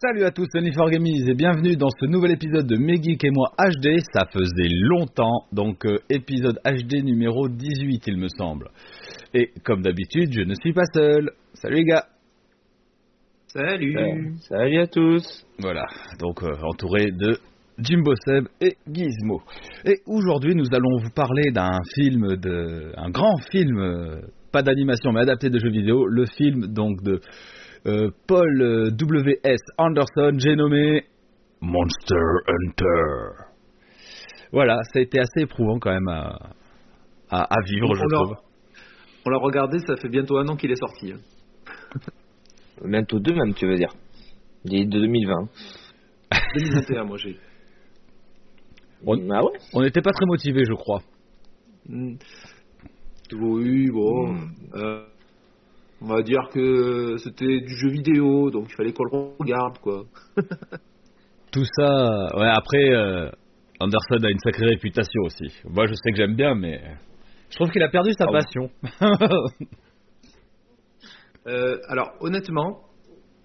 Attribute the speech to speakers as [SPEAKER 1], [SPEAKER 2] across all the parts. [SPEAKER 1] Salut à tous, c'est Nifor Gamies et bienvenue dans ce nouvel épisode de Megeek et moi HD. Ça faisait longtemps, donc euh, épisode HD numéro 18 il me semble. Et comme d'habitude, je ne suis pas seul. Salut les gars
[SPEAKER 2] Salut
[SPEAKER 3] Salut à tous.
[SPEAKER 1] Voilà, donc euh, entouré de Jimbo Seb et Gizmo. Et aujourd'hui, nous allons vous parler d'un film, de, un grand film, euh, pas d'animation mais adapté de jeux vidéo, le film donc de euh, Paul euh, W.S. Anderson, j'ai nommé Monster Hunter. Voilà, ça a été assez éprouvant quand même à, à, à vivre, je
[SPEAKER 2] On l'a-
[SPEAKER 1] trouve.
[SPEAKER 2] On l'a regardé, ça fait bientôt un an qu'il est sorti. hein.
[SPEAKER 3] Bientôt deux même, tu veux dire. Il est de 2020.
[SPEAKER 2] 2021, moi j'ai.
[SPEAKER 1] On-
[SPEAKER 3] Ah ouais
[SPEAKER 1] On n'était pas très motivés, je crois.
[SPEAKER 2] Mm. Oui, bon. euh, on va dire que c'était du jeu vidéo, donc il fallait qu'on le regarde, quoi.
[SPEAKER 1] Tout ça, ouais, après, euh, Anderson a une sacrée réputation aussi. Moi, je sais que j'aime bien, mais je trouve qu'il a perdu sa
[SPEAKER 3] Ah bon
[SPEAKER 1] passion.
[SPEAKER 2] Euh, alors, honnêtement,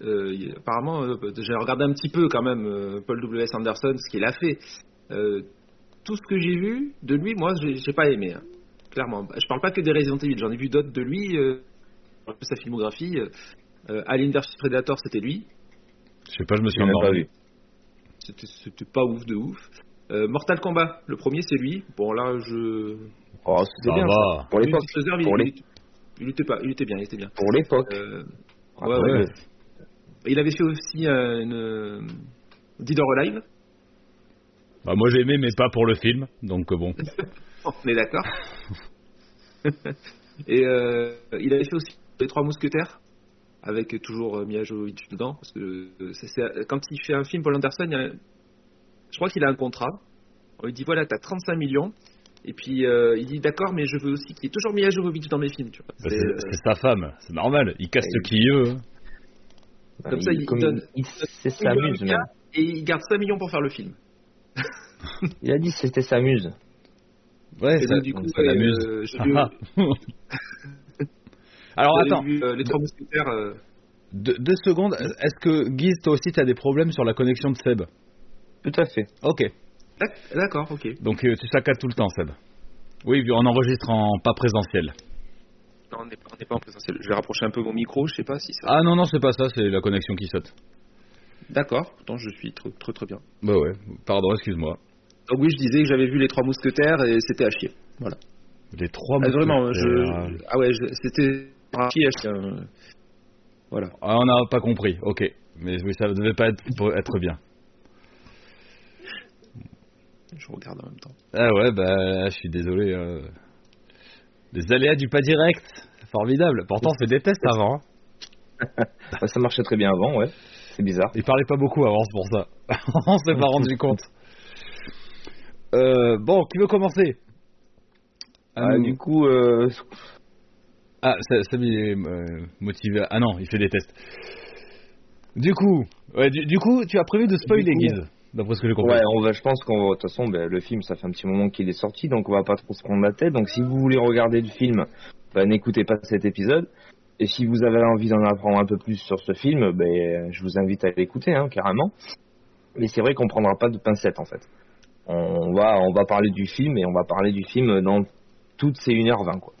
[SPEAKER 2] euh, il- apparemment, euh, j'ai regardé un petit peu quand même euh, Paul W.S. Anderson, ce qu'il a fait. Euh, tout ce que j'ai vu de lui, moi, j'ai j'ai pas aimé. hein. Clairement. Je parle pas que des Resident Evil, j'en ai vu d'autres de lui. euh, un peu sa filmographie. euh, euh, Alien vs Predator, c'était lui.
[SPEAKER 1] je sais pas, je me suis
[SPEAKER 3] l'ai même pas
[SPEAKER 1] endormi.
[SPEAKER 3] vu.
[SPEAKER 2] C'était- C'était pas ouf de ouf. Euh, Mortal Kombat, le premier, c'est lui. Bon, là, je.
[SPEAKER 3] Oh, c'était
[SPEAKER 1] Ça
[SPEAKER 3] bien. ça.
[SPEAKER 1] va.
[SPEAKER 3] Pour l'époque.
[SPEAKER 2] Bulldozer, il,
[SPEAKER 3] Pour
[SPEAKER 2] il- il était pas, il était bien, il était bien.
[SPEAKER 3] Pour l'époque.
[SPEAKER 2] Euh,
[SPEAKER 3] Ah,
[SPEAKER 2] ouais,
[SPEAKER 3] quand
[SPEAKER 2] ouais.
[SPEAKER 3] même.
[SPEAKER 2] Il avait fait aussi euh, une euh, Dead or Alive,
[SPEAKER 1] Bah, moi, j'ai aimé, mais pas pour le film, donc euh, bon.
[SPEAKER 2] on est d'accord. Et euh, il avait fait aussi Les Trois Mousquetaires, avec toujours euh, Mia Jovovich dedans, parce que euh, c'est- c'est- quand il fait un film, Paul Anderson, il y a un- je crois qu'il a un contrat. On lui dit voilà, t'as 35 millions. Et puis euh, il dit d'accord, mais je veux aussi qu'il y ait toujours Mia Jovovich dans mes films. Tu vois.
[SPEAKER 1] Bah,
[SPEAKER 2] C'est,
[SPEAKER 1] C'est
[SPEAKER 2] euh,
[SPEAKER 1] c'est sa femme, c'est normal. Il casse
[SPEAKER 3] Et-
[SPEAKER 1] qui il veut. hein.
[SPEAKER 3] Ah,
[SPEAKER 2] comme ça, il donne-
[SPEAKER 3] il- c'est s'amuse
[SPEAKER 2] il
[SPEAKER 3] même.
[SPEAKER 2] garde- Et il garde 5 millions pour faire le film.
[SPEAKER 3] Il a dit que c'était s'amuse.
[SPEAKER 1] Ouais,
[SPEAKER 2] Et
[SPEAKER 1] ça,
[SPEAKER 2] donc, du coup,
[SPEAKER 1] ça
[SPEAKER 2] euh,
[SPEAKER 1] l'amuse.
[SPEAKER 2] j'ai vu-
[SPEAKER 1] Ah, ah. Alors
[SPEAKER 2] j'avais
[SPEAKER 1] attends,
[SPEAKER 2] vu, euh, les trois mousquetaires. euh,
[SPEAKER 1] deux, deux secondes. Est-ce que Guise, toi aussi, t'as des problèmes sur la connexion de Seb
[SPEAKER 3] Tout à fait.
[SPEAKER 1] Ok,
[SPEAKER 2] d'ac- D'accord, ok.
[SPEAKER 1] donc euh, tu saccades tout le temps, Seb. Oui, on enregistre en pas présentiel.
[SPEAKER 2] Non, on n'est pas- on n'est pas en présentiel. Je vais rapprocher un peu mon micro, je sais pas si ça.
[SPEAKER 1] Ah non, non, c'est pas ça, c'est la connexion qui saute.
[SPEAKER 2] D'accord, pourtant je suis très très, très bien.
[SPEAKER 1] Bah ouais, pardon, excuse-moi.
[SPEAKER 2] Donc oui, je disais que j'avais vu les trois mousquetaires et c'était à chier.
[SPEAKER 1] Les trois
[SPEAKER 2] Ah, vraiment, je...
[SPEAKER 1] mousquetaires. Euh,
[SPEAKER 2] je- Ah ouais, je- c'était à chier. à chier, euh. Voilà.
[SPEAKER 1] Ah, on n'a pas compris, ok. Mais oui, ça devait pas être, être bien.
[SPEAKER 2] Je regarde en même temps.
[SPEAKER 1] Ah ouais, bah je suis désolé. euh. Les aléas du pas direct, formidable. Pourtant, on fait des tests avant. hein.
[SPEAKER 3] Ouais, ça marchait très bien avant, ouais. C'est bizarre.
[SPEAKER 1] Il parlait pas beaucoup avant, c'est pour ça. on s'est pas rendu compte. Euh, bon, qui veut commencer Ah,
[SPEAKER 3] Ah,
[SPEAKER 1] nous-
[SPEAKER 3] du coup, euh,
[SPEAKER 1] Ah, ça, ça il est euh, motivé. Ah non, il fait des tests. Du coup, ouais, du, du coup, tu as prévu de spoiler,
[SPEAKER 3] Du coup-
[SPEAKER 1] Guise, d'après ce que j'ai compris.
[SPEAKER 3] ouais, on va, je pense qu'on va, de toute façon, ben, le film, ça fait un petit moment qu'il est sorti, donc on va pas trop se prendre la tête. Donc si vous voulez regarder le film, ben, n'écoutez pas cet épisode. Et si vous avez envie d'en apprendre un peu plus sur ce film, ben, je vous invite à l'écouter, hein, carrément. Mais c'est vrai qu'on prendra pas de pincettes, en fait. On va, on va parler du film, et on va parler du film dans toutes ces 1h20, quoi.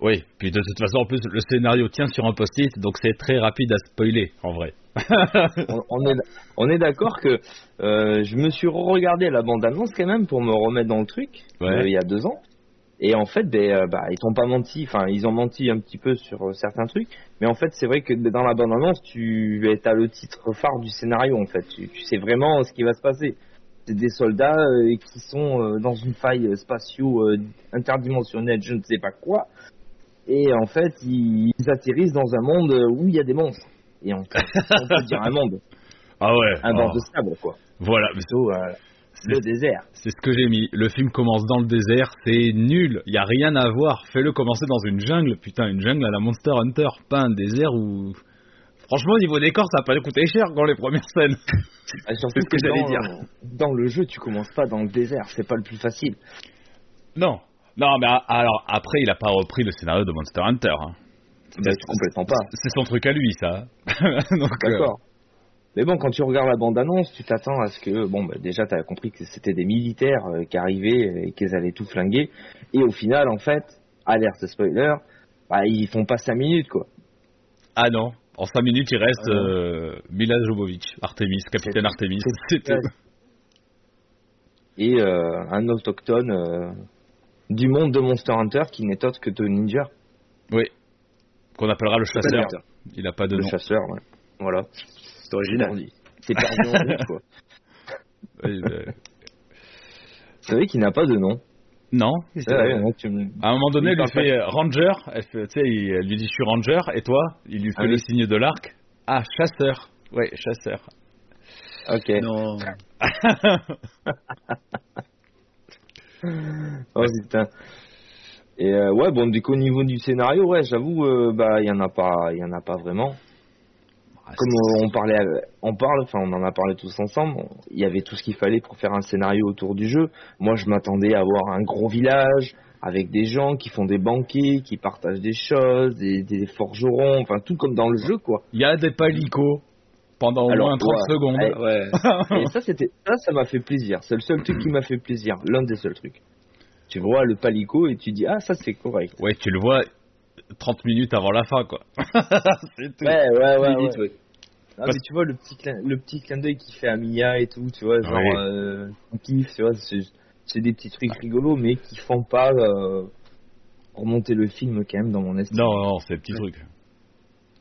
[SPEAKER 1] Oui, puis de toute façon, en plus, le scénario tient sur un post-it, donc c'est très rapide à spoiler, en vrai.
[SPEAKER 3] on, on est, on est d'accord que euh, je me suis regardé la bande-annonce quand même pour me remettre dans le truc
[SPEAKER 1] Ouais.
[SPEAKER 3] euh, il y a deux ans. Et en fait, ben, euh, bah, ils ont pas menti, enfin ils ont menti un petit peu sur euh, certains trucs, mais en fait c'est vrai que dans la bande-annonce, tu as le titre phare du scénario en fait, tu, tu sais vraiment ce qui va se passer. C'est des soldats euh, qui sont euh, dans une faille euh, spatio euh, interdimensionnelle, je ne sais pas quoi, et en fait ils, ils atterrissent dans un monde où il y a des monstres. Et on, on peut dire un monde,
[SPEAKER 1] Ah ouais,
[SPEAKER 3] un bord
[SPEAKER 1] oh,
[SPEAKER 3] de sable, quoi.
[SPEAKER 1] voilà, mais
[SPEAKER 3] Plutôt euh, le désert.
[SPEAKER 1] c'est ce que j'ai mis. Le film commence dans le désert, c'est nul, il y a rien à voir. Fais-le commencer dans une jungle, putain, une jungle à la Monster Hunter, pas un désert où... Franchement, au niveau décor, ça a pas coûté cher quand les premières scènes.
[SPEAKER 3] Ah, surtout
[SPEAKER 2] C'est ce que j'allais
[SPEAKER 3] dans, dans le jeu, tu commences pas dans le désert, c'est pas le plus facile.
[SPEAKER 1] Non, Non, mais a- alors après, il a pas repris le scénario de Monster Hunter. hein.
[SPEAKER 3] Bah, complètement pas.
[SPEAKER 1] C'est son truc à lui, ça. Donc, euh,
[SPEAKER 3] D'accord. Mais bon, quand tu regardes la bande-annonce, tu t'attends à ce que, bon, bah, déjà, tu as compris que c'était des militaires euh, qui arrivaient et qu'ils allaient tout flinguer. Et au final, en fait, alerte spoiler, bah, ils font pas 5 minutes, quoi.
[SPEAKER 1] ah non, en 5 minutes, il reste
[SPEAKER 3] Ah non.
[SPEAKER 1] euh, Mila Jovovich, Artemis, capitaine
[SPEAKER 3] C'est-
[SPEAKER 1] Artemis.
[SPEAKER 3] c'est-
[SPEAKER 1] C'est tout.
[SPEAKER 3] Et euh, un autochtone euh, du monde de Monster Hunter qui n'est autre que Tony Ninja,
[SPEAKER 1] Oui. Qu'on appellera le chasseur.
[SPEAKER 2] Hunter.
[SPEAKER 1] Il a pas de
[SPEAKER 3] le
[SPEAKER 1] nom.
[SPEAKER 3] chasseur, ouais. Voilà.
[SPEAKER 2] C'est original.
[SPEAKER 3] C'est perdu en route, quoi.
[SPEAKER 1] Oui, euh,
[SPEAKER 3] C'est vrai qu'il n'a pas de nom.
[SPEAKER 1] non.
[SPEAKER 3] C'est vrai, ouais, tu me-
[SPEAKER 1] Euh, À un moment donné,
[SPEAKER 3] Il
[SPEAKER 1] elle lui
[SPEAKER 3] parle pas.
[SPEAKER 1] fait euh, Ranger. Elle, fait- tu sais, il- elle lui dit Je suis Ranger. Et toi Il lui fait
[SPEAKER 3] Ah
[SPEAKER 1] le
[SPEAKER 3] oui.
[SPEAKER 1] signe de l'arc. Ah, chasseur. Ouais, chasseur.
[SPEAKER 3] Ok.
[SPEAKER 2] Non.
[SPEAKER 3] Oh putain. Et euh, ouais, bon, du coup, au niveau du scénario, ouais, j'avoue, euh, bah, il y en a pas, il y en a pas vraiment. Comme euh, on parlait, euh, on parle, enfin, on en a parlé tous ensemble. on- Il y avait tout ce qu'il fallait pour faire un scénario autour du jeu. Moi, je m'attendais à avoir un gros village avec des gens qui font des banquets, qui partagent des choses, des, des forgerons, enfin, tout comme dans le jeu, quoi.
[SPEAKER 1] Il y a des palicots pendant au
[SPEAKER 3] Alors,
[SPEAKER 1] moins 30
[SPEAKER 3] ouais.
[SPEAKER 1] secondes.
[SPEAKER 3] Ouais.
[SPEAKER 2] Ouais.
[SPEAKER 3] Et ça, c'était, ça, ça m'a fait plaisir. C'est le seul truc qui m'a fait plaisir, l'un des seuls trucs. Tu vois le palico et tu dis ah ça c'est correct.
[SPEAKER 1] Ouais, tu le vois 30 minutes avant la fin, quoi. C'est tout.
[SPEAKER 3] Ouais ouais ouais. ouais.
[SPEAKER 2] Limite, ouais.
[SPEAKER 3] Ah,
[SPEAKER 1] Parce-
[SPEAKER 3] mais tu vois le petit clin, le petit clin d'œil qui fait à Mia et tout, tu vois, genre
[SPEAKER 1] Oui.
[SPEAKER 3] euh, on kiffe, tu vois, c'est c'est des petits trucs rigolos mais qui font pas euh, remonter le film quand même dans mon esprit.
[SPEAKER 1] Non, non, c'est petit truc.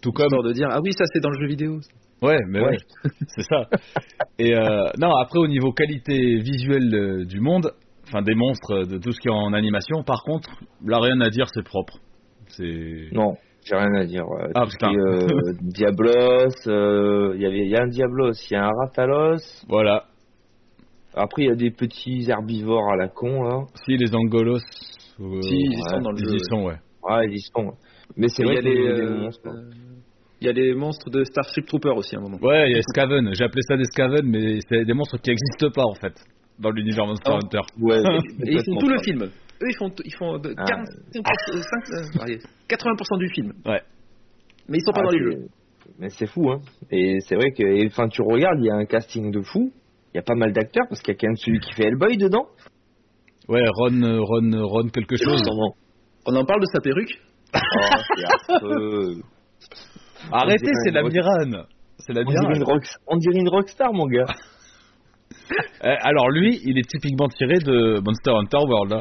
[SPEAKER 1] Tout comme.
[SPEAKER 2] Histoire de dire, ah oui, ça c'est dans le jeu vidéo.
[SPEAKER 1] Ouais, mais ouais,
[SPEAKER 3] Ouais.
[SPEAKER 1] c'est ça. Et euh, non, après au niveau qualité visuelle euh, du monde, enfin des monstres, euh, de tout ce qui est en animation, par contre, là rien à dire, c'est propre. C'est
[SPEAKER 3] Non, j'ai rien à dire. ouais.
[SPEAKER 1] Ah,
[SPEAKER 3] Tout ce qui
[SPEAKER 1] putain.
[SPEAKER 3] est, euh, Diablos, euh, il y avait il y a un Diablos, il y a un Rathalos.
[SPEAKER 1] voilà.
[SPEAKER 3] Après il y a des petits herbivores à la con là.
[SPEAKER 1] Si les Angolos, euh,
[SPEAKER 2] Si, ils y sont dans le
[SPEAKER 1] ils
[SPEAKER 2] jeu.
[SPEAKER 1] y sont, ouais.
[SPEAKER 3] Ouais, ils y sont. Mais c'est
[SPEAKER 2] Et
[SPEAKER 3] vrai
[SPEAKER 2] il y a
[SPEAKER 3] qu'il y
[SPEAKER 2] les,
[SPEAKER 3] a des
[SPEAKER 2] euh,
[SPEAKER 3] monstres. hein.
[SPEAKER 2] euh, Il y a les monstres de Starship Trooper aussi à un moment.
[SPEAKER 1] Ouais, il y a Skaven. J'ai appelé ça des Skaven, mais c'est des monstres qui n'existent pas en fait dans l'univers Monster
[SPEAKER 3] Ah
[SPEAKER 2] Non.
[SPEAKER 1] Hunter.
[SPEAKER 3] Ouais,
[SPEAKER 2] Et ils font tout le
[SPEAKER 3] complètement.
[SPEAKER 2] film. Eux, ils font, t- ils font de
[SPEAKER 3] Ah.
[SPEAKER 2] 45%, euh, cinq- euh, allez, 80% du film.
[SPEAKER 1] Ouais.
[SPEAKER 2] Mais ils sont pas
[SPEAKER 3] Ah,
[SPEAKER 2] dans les
[SPEAKER 3] c'est-
[SPEAKER 2] jeux.
[SPEAKER 3] Mais c'est fou, hein. Et c'est vrai que, et, enfin, tu regardes, il y a un casting de fou. Il y a pas mal d'acteurs parce qu'il y a quand même celui qui fait Hellboy dedans.
[SPEAKER 1] Ouais, Ron, euh, Ron, euh, Ron quelque chose.
[SPEAKER 3] Sûrement.
[SPEAKER 2] On en parle de sa perruque.
[SPEAKER 3] Oh, c'est affreux. On
[SPEAKER 1] Arrêtez,
[SPEAKER 3] dirait
[SPEAKER 1] c'est la
[SPEAKER 3] une rock-
[SPEAKER 1] Mirane. C'est la
[SPEAKER 3] On dirait,
[SPEAKER 1] Mirane.
[SPEAKER 3] une rock- on dirait une rockstar, mon gars.
[SPEAKER 1] Euh, Alors lui, il est typiquement tiré de Monster Hunter World. hein.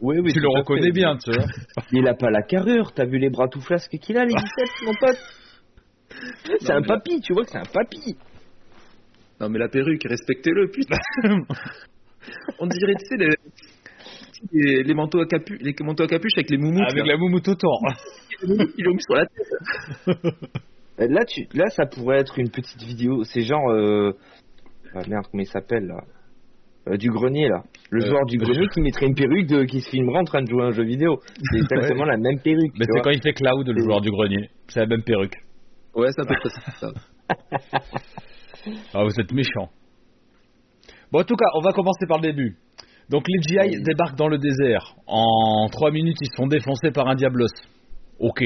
[SPEAKER 3] Oui, oui,
[SPEAKER 1] tu le
[SPEAKER 3] tout à
[SPEAKER 1] reconnais
[SPEAKER 3] fait.
[SPEAKER 1] bien, tu vois.
[SPEAKER 3] Il a pas la carrure. T'as vu les bras tout flasques qu'il a, les biceps, mon pote. C'est
[SPEAKER 2] Non,
[SPEAKER 3] un
[SPEAKER 2] mais-
[SPEAKER 3] papy, tu vois que c'est un papy.
[SPEAKER 2] Non, mais la perruque, respectez-le, putain. On dirait, tu sais, les, les- les manteaux à capuche, les manteaux à capuche avec les moumous.
[SPEAKER 1] Avec la moumoute autour.
[SPEAKER 2] Ils l'ont mis sur la tête.
[SPEAKER 3] Euh, Là, tu, là, ça pourrait être une petite vidéo. C'est genre, euh... ah, merde, comment il s'appelle là Euh, Du grenier là. Le
[SPEAKER 1] Euh,
[SPEAKER 3] joueur du grenier qui mettrait une perruque de- qui se filmerait en train de jouer à un jeu vidéo. C'est exactement la même perruque.
[SPEAKER 1] Mais c'est
[SPEAKER 3] tu vois.
[SPEAKER 1] quand il fait Cloud, le joueur du grenier. C'est la même perruque.
[SPEAKER 2] Ouais, c'est à peu près ça.
[SPEAKER 1] Ah, vous êtes méchants. Bon, en tout cas, on va commencer par le début. Donc les GI
[SPEAKER 3] Oui.
[SPEAKER 1] débarquent dans le désert. En 3 minutes, ils se font défoncer par un Diablos. Ok.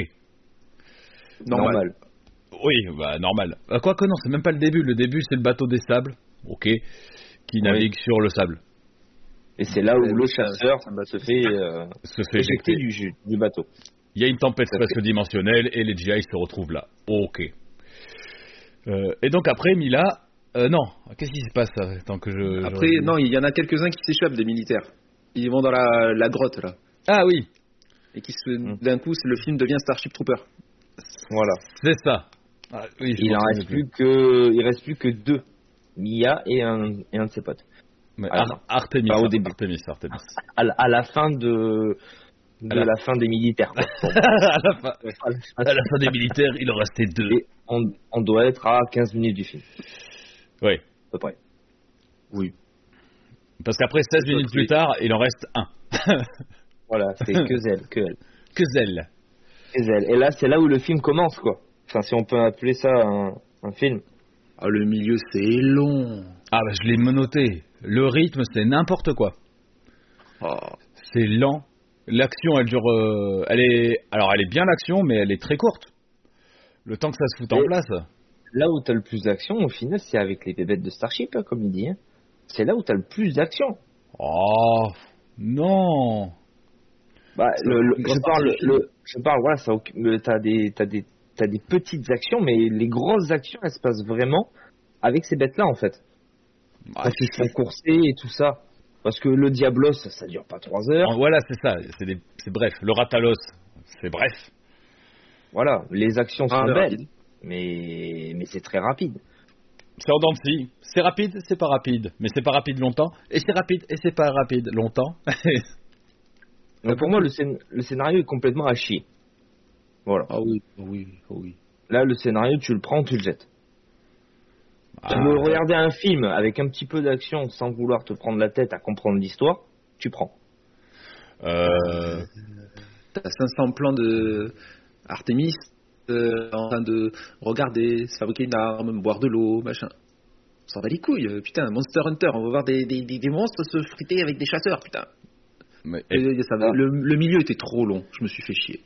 [SPEAKER 2] Normal.
[SPEAKER 3] Normal.
[SPEAKER 1] Oui, bah normal. Euh, Quoique non, c'est même pas le début. Le début, c'est le bateau des sables. Ok. Qui navigue sur le sable.
[SPEAKER 3] Et c'est là où
[SPEAKER 2] Ouais,
[SPEAKER 3] le
[SPEAKER 2] ça-
[SPEAKER 3] chasseur se fait euh,
[SPEAKER 1] Se fait
[SPEAKER 3] éjecter
[SPEAKER 1] éjecter.
[SPEAKER 3] du, ju- du bateau.
[SPEAKER 1] Il y a une tempête
[SPEAKER 3] Tout à fait.
[SPEAKER 1] spatio-dimensionnelle et les GI se retrouvent là. Ok. Euh, et donc après, Mila. euh, non, qu'est-ce qui se passe euh, tant que je. je-
[SPEAKER 2] Après, non, il y en a quelques-uns qui s'échappent des militaires. Ils vont dans la, la grotte, là.
[SPEAKER 1] Ah oui,
[SPEAKER 2] Et qui se, d'un coup, c'est- le film devient Starship Trooper.
[SPEAKER 3] Voilà.
[SPEAKER 1] c'est ça. Ah, oui, je
[SPEAKER 3] Il
[SPEAKER 1] m'en
[SPEAKER 3] en
[SPEAKER 1] souviens
[SPEAKER 3] reste plus que, il reste plus que deux. Mia et un, et un de ses potes.
[SPEAKER 1] Mais
[SPEAKER 3] Ah,
[SPEAKER 1] Ar-
[SPEAKER 3] non.
[SPEAKER 1] Artemis,
[SPEAKER 3] Pas au
[SPEAKER 1] Ar-
[SPEAKER 3] début.
[SPEAKER 1] Artemis, Artemis.
[SPEAKER 3] À, la- à la fin de, de
[SPEAKER 1] À la-
[SPEAKER 3] la... fin des militaires. quoi. Bon,
[SPEAKER 1] à, la fin,
[SPEAKER 3] à la fin
[SPEAKER 1] à la fin des militaires, il en restait deux.
[SPEAKER 3] Et on, on doit être à 15 minutes du film,
[SPEAKER 1] Oui,
[SPEAKER 3] à peu près.
[SPEAKER 1] parce qu'après 16 minutes plus tard, il en reste un.
[SPEAKER 3] Voilà, c'est que zèle, que elle.
[SPEAKER 1] Que zèle.
[SPEAKER 3] Que zèle. Et là, c'est là où le film commence, quoi. Enfin, si on peut appeler ça un, un film.
[SPEAKER 2] Ah, le milieu, c'est long.
[SPEAKER 1] Ah bah je l'ai noté. Le rythme, c'est n'importe quoi.
[SPEAKER 2] Oh.
[SPEAKER 1] C'est lent, L'action, elle dure. euh, elle est, alors, elle est bien l'action, mais elle est très courte. Le temps que ça se foute en
[SPEAKER 3] Et-
[SPEAKER 1] place.
[SPEAKER 3] Là où t'as le plus d'action, au final, c'est avec les bébêtes de Starship, hein, comme il dit. hein. C'est là où t'as le plus d'action.
[SPEAKER 1] Oh non
[SPEAKER 3] Bah,
[SPEAKER 2] Ça
[SPEAKER 3] le, le-
[SPEAKER 2] occupe
[SPEAKER 3] je
[SPEAKER 2] une grosse
[SPEAKER 3] parle,
[SPEAKER 2] partie du
[SPEAKER 3] le- je parle, voilà, ça occupe- le- t'as des, t'as des, t'as des petites actions, mais les grosses actions, elles se passent vraiment avec ces bêtes-là, en fait.
[SPEAKER 1] Ah,
[SPEAKER 3] Parce qu'ils se font courser et tout ça. Parce que le Diablos, ça, ça dure pas trois heures.
[SPEAKER 1] en- Voilà, c'est ça. C'est des- c'est bref. Le Ratalos, c'est bref.
[SPEAKER 3] Voilà, les actions sont
[SPEAKER 2] Ah, mais
[SPEAKER 3] belles,
[SPEAKER 2] rapide.
[SPEAKER 3] mais, mais c'est très rapide.
[SPEAKER 1] C'est en dents de scie. C'est rapide, c'est pas rapide. Mais c'est pas rapide longtemps. Et c'est rapide, et c'est pas rapide longtemps. Ah,
[SPEAKER 3] Donc pour moi, le, scén- le scénario est complètement à chier. Voilà.
[SPEAKER 2] Ah oui, oui, oui.
[SPEAKER 3] Là, le scénario, tu le prends, tu le jettes.
[SPEAKER 1] Ah.
[SPEAKER 3] Tu veux regarder un film avec un petit peu d'action sans vouloir te prendre la tête à comprendre l'histoire, tu prends.
[SPEAKER 1] Euh,
[SPEAKER 2] T'as 500 plans de Artemis euh, en train de regarder, se fabriquer une arme, boire de l'eau, machin. On s'en bat les couilles, euh, putain, Monster Hunter, on va voir des, des, des- des monstres se friter avec des chasseurs, putain.
[SPEAKER 1] mais-
[SPEAKER 2] Et ça va, le, le milieu était trop long, je me suis fait chier.